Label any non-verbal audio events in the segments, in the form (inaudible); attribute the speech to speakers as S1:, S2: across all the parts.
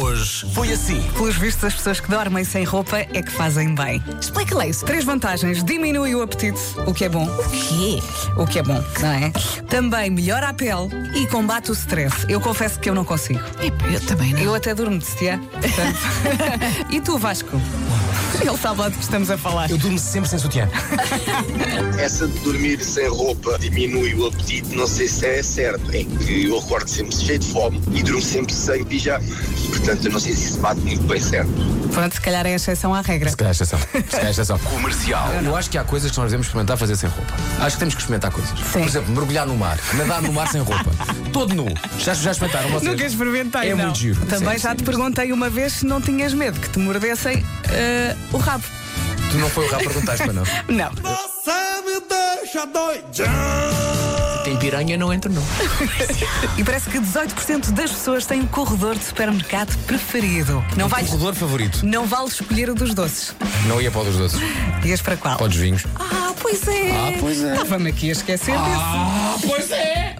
S1: Hoje foi assim.
S2: Pelos vistos, as pessoas que dormem sem roupa é que fazem bem. Explica lá isso. Três vantagens. Diminui o apetite, o que é bom.
S3: O quê?
S2: O que é bom, não é? Também melhora a pele e combate o stress. Eu confesso que eu não consigo.
S3: Epá, É, Eu também não.
S2: Eu até durmo de setia.
S3: (laughs)
S2: Portanto. e tu, Vasco? Ele sabe lá de que estamos a falar.
S1: Eu durmo sempre sem sutiã.
S4: Essa de dormir sem roupa diminui o apetite, não sei se é certo. É que eu acordo sempre cheio de fome e durmo sempre sem pijama. Portanto, eu não sei se isso bate muito bem certo.
S2: Pronto, se calhar é a exceção à regra.
S5: (laughs) Se calhar é exceção. Se calhar é exceção.
S1: Comercial.
S5: Eu acho que há coisas que nós devemos experimentar fazer sem roupa. Acho que temos que experimentar coisas.
S2: Sim.
S5: Por exemplo, mergulhar no mar, nadar no mar sem (laughs) roupa. Todo nu. Já, já experimentaram vocês?
S2: Nunca experimentei,
S5: É
S2: não.
S5: muito giro.
S2: Também
S5: Sim,
S2: já te perguntei uma vez se não tinhas medo que te mordessem eh, o rabo.
S5: Tu não foi o rabo perguntaste (laughs) para não.
S2: Não.
S5: Tem piranha, não entra não.
S2: E parece que 18% das pessoas têm um corredor de supermercado preferido. Não vais,
S5: Corredor favorito.
S2: não vale escolher o dos doces.
S5: Não ia para o dos doces.
S2: Ias para qual?
S5: Para os vinhos.
S2: Ah, pois é. Ah, pois é. Estava-me aqui a esquecer disso. Ah, pois é.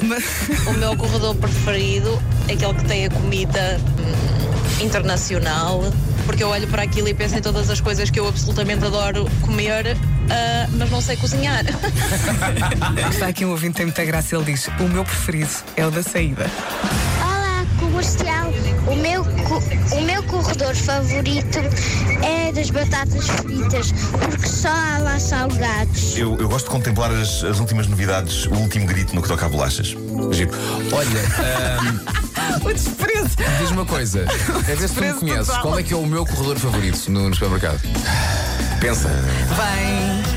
S6: O meu corredor preferido é aquele que tem a comida hum, internacional, porque eu olho para aquilo e penso em todas as coisas que eu absolutamente adoro comer, ah, mas não sei cozinhar.
S2: Mas (laughs) está aqui um ouvinte que tem muita graça. Ele diz: O meu preferido é o da saída. (laughs)
S7: Olá, comercial. O meu, co- o meu corredor favorito é das batatas fritas, porque só há lá salgados.
S8: Eu, eu gosto de contemplar as, as últimas novidades, o último grito no que toca a bolachas.
S5: Giro. Olha,
S2: O desprezo.
S5: ah, diz-me uma
S2: (laughs)
S5: coisa. É ver se tu me
S2: Preço
S5: conheces.
S2: total.
S5: Qual é que é o meu corredor favorito no, no supermercado? Pensa.
S2: Vem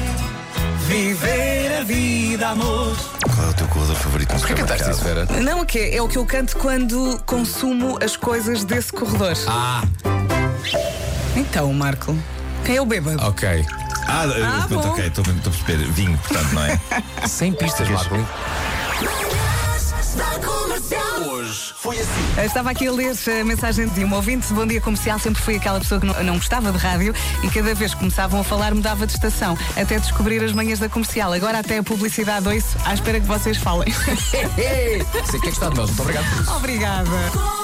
S2: viver a vida, amor.
S8: Qual é o teu corredor favorito no
S5: Porquê cantaste isso, Vera?
S2: Não, o quê? É o que eu canto quando consumo as coisas desse corredor.
S5: Ah,
S2: Então, Marco, quem é o bêbado?
S5: ok.
S8: Ah, eu-
S2: Ah,
S8: pronto,
S2: bom.
S8: ok, estou estou a perceber. Vinho, portanto, não é?
S5: Sem pistas, Marco.
S1: Hoje foi assim.
S2: Eu Estava aqui a ler a mensagem de um ouvinte. Bom dia comercial. Sempre fui aquela pessoa que não, não gostava de rádio e cada vez que começavam a falar mudava de estação até descobrir as manhãs da comercial. Agora até a publicidade ouço à espera que vocês falem. (laughs)
S5: Sei que é que está de nós. Muito obrigado por isso.
S2: Obrigada.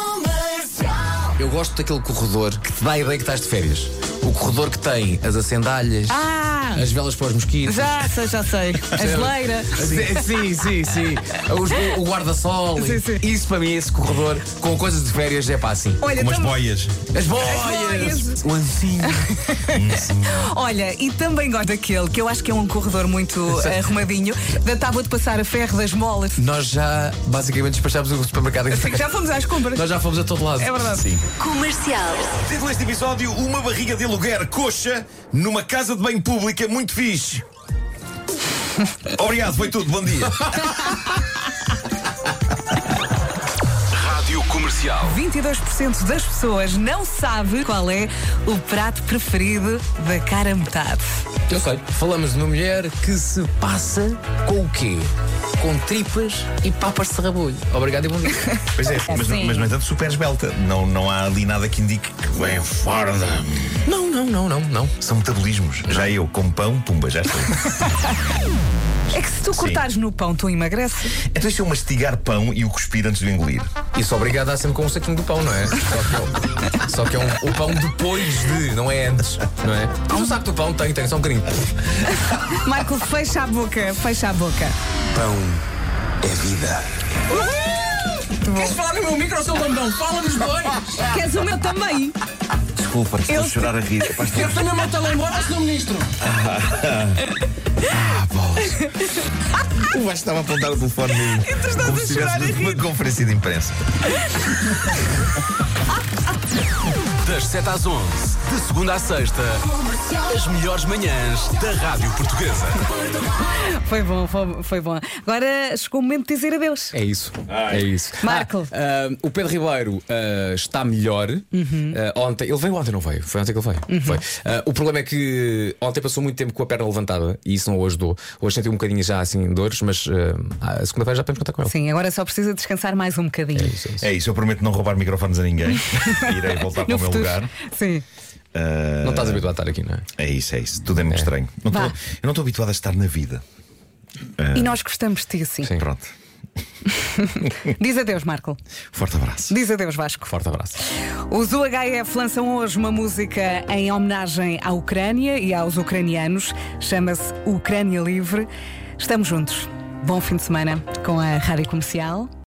S5: Eu gosto daquele corredor que te dá a ideia que estás de férias. O corredor que tem as acendalhas,
S2: Ah!
S5: as velas para os mosquitos.
S2: Já sei, já sei. A geleira.
S5: Sim, sim, sim. sim. Os- o guarda-sol.
S2: Sim, sim.
S5: Isso para mim, esse corredor com coisas de férias é pá assim.
S2: (laughs) Olha, então-
S8: Umas
S2: tam-
S8: boias.
S5: As
S2: boias.
S5: boias! O
S2: (laughs)
S5: ancinho.
S2: Olha, e também gosto daquele que eu acho que é um corredor muito eh,
S5: Sim.
S2: arrumadinho da tábua de passar a ferro das molas.
S5: Nós já basicamente despachámos o supermercado. em
S2: Sim, Já fomos às compras.
S5: Nós já fomos a todo lado.
S2: É verdade.
S3: Comercial.
S8: Título deste episódio: Uma barriga de aluguer coxa numa casa de bem pública
S2: (laughs)
S8: muito fixe. Obrigado, foi tudo. Bom dia.
S1: Rádio Comercial.
S2: 22% das pessoas não sabe qual é o prato preferido da cara metade.
S5: Eu sei. Falamos de uma mulher que se passa com o quê? Com tripas e papas de serrabulho. Obrigado
S2: (laughs)
S5: e bom dia.
S8: Pois é, mas,
S2: Sim.
S8: mas no entanto, super esbelta. Não, não há ali nada que indique que vem fora da-
S5: não, não, não, não, não.
S8: São metabolismos. Já eu, com pão, pumba,
S2: (laughs)
S8: já estou.
S2: É que se tu cortares no pão, tu emagreces.
S8: Então, se eu mastigar pão e o cuspir antes de o engolir?
S5: E só obrigado há sempre com um saquinho de pão, não é? Só que é, o- só que é um, o pão depois de, não é antes, não é? Há um saco do pão, tem, tem, só um bocadinho.
S2: Marco, fecha a boca, fecha a boca.
S1: Pão é vida.
S5: Queres falar no meu micro, seu lambão? Fala nos dois!
S2: Queres o meu também?
S8: Desculpa, estou a chorar a rir. Epá, estou-
S5: Quero também matar lá embora, senhor ministro!
S8: Ah, O Vasco estava a apontar o telefone mesmo.
S2: estás
S8: Como
S2: a
S8: se
S2: chorar
S8: estivesse
S2: e
S8: numa conferência de imprensa.
S1: Das 7 às 11, de segunda à sexta, as melhores manhãs da Rádio Portuguesa.
S2: Foi bom, foi, foi bom. Agora chegou o momento de dizer adeus.
S5: É isso. É isso.
S2: Marco.
S5: Ah, ah, o Pedro Ribeiro ah, está melhor. Ah, ontem, ele veio ontem, não veio? Foi ontem que ele veio. Foi. Ah, o problema é que ontem passou muito tempo com a perna levantada e isso não o ajudou. Hoje senti um bocadinho já assim dores, mas ah, a segunda-feira já podemos contar com ele.
S2: Sim, agora só precisa descansar mais um bocadinho.
S5: É isso, é isso.
S8: É isso, eu prometo não roubar microfones a ninguém. Irei voltar para o meu lugar.
S2: Sim.
S8: Ah,
S5: Não estás habituado a estar aqui, não é?
S8: É isso, é isso. Tudo é muito estranho. Não
S2: Vá.
S8: estou- eu não estou habituado a estar na vida.
S2: E nós gostamos de ti assim.
S5: Sim.
S8: Pronto.
S2: Diz adeus, Marco.
S8: Forte abraço.
S2: Diz adeus, Vasco.
S5: Forte abraço.
S2: Os UHF lançam hoje uma música em homenagem à Ucrânia e aos ucranianos. Chama-se Ucrânia Livre. Estamos juntos. Bom fim de semana com a Rádio Comercial.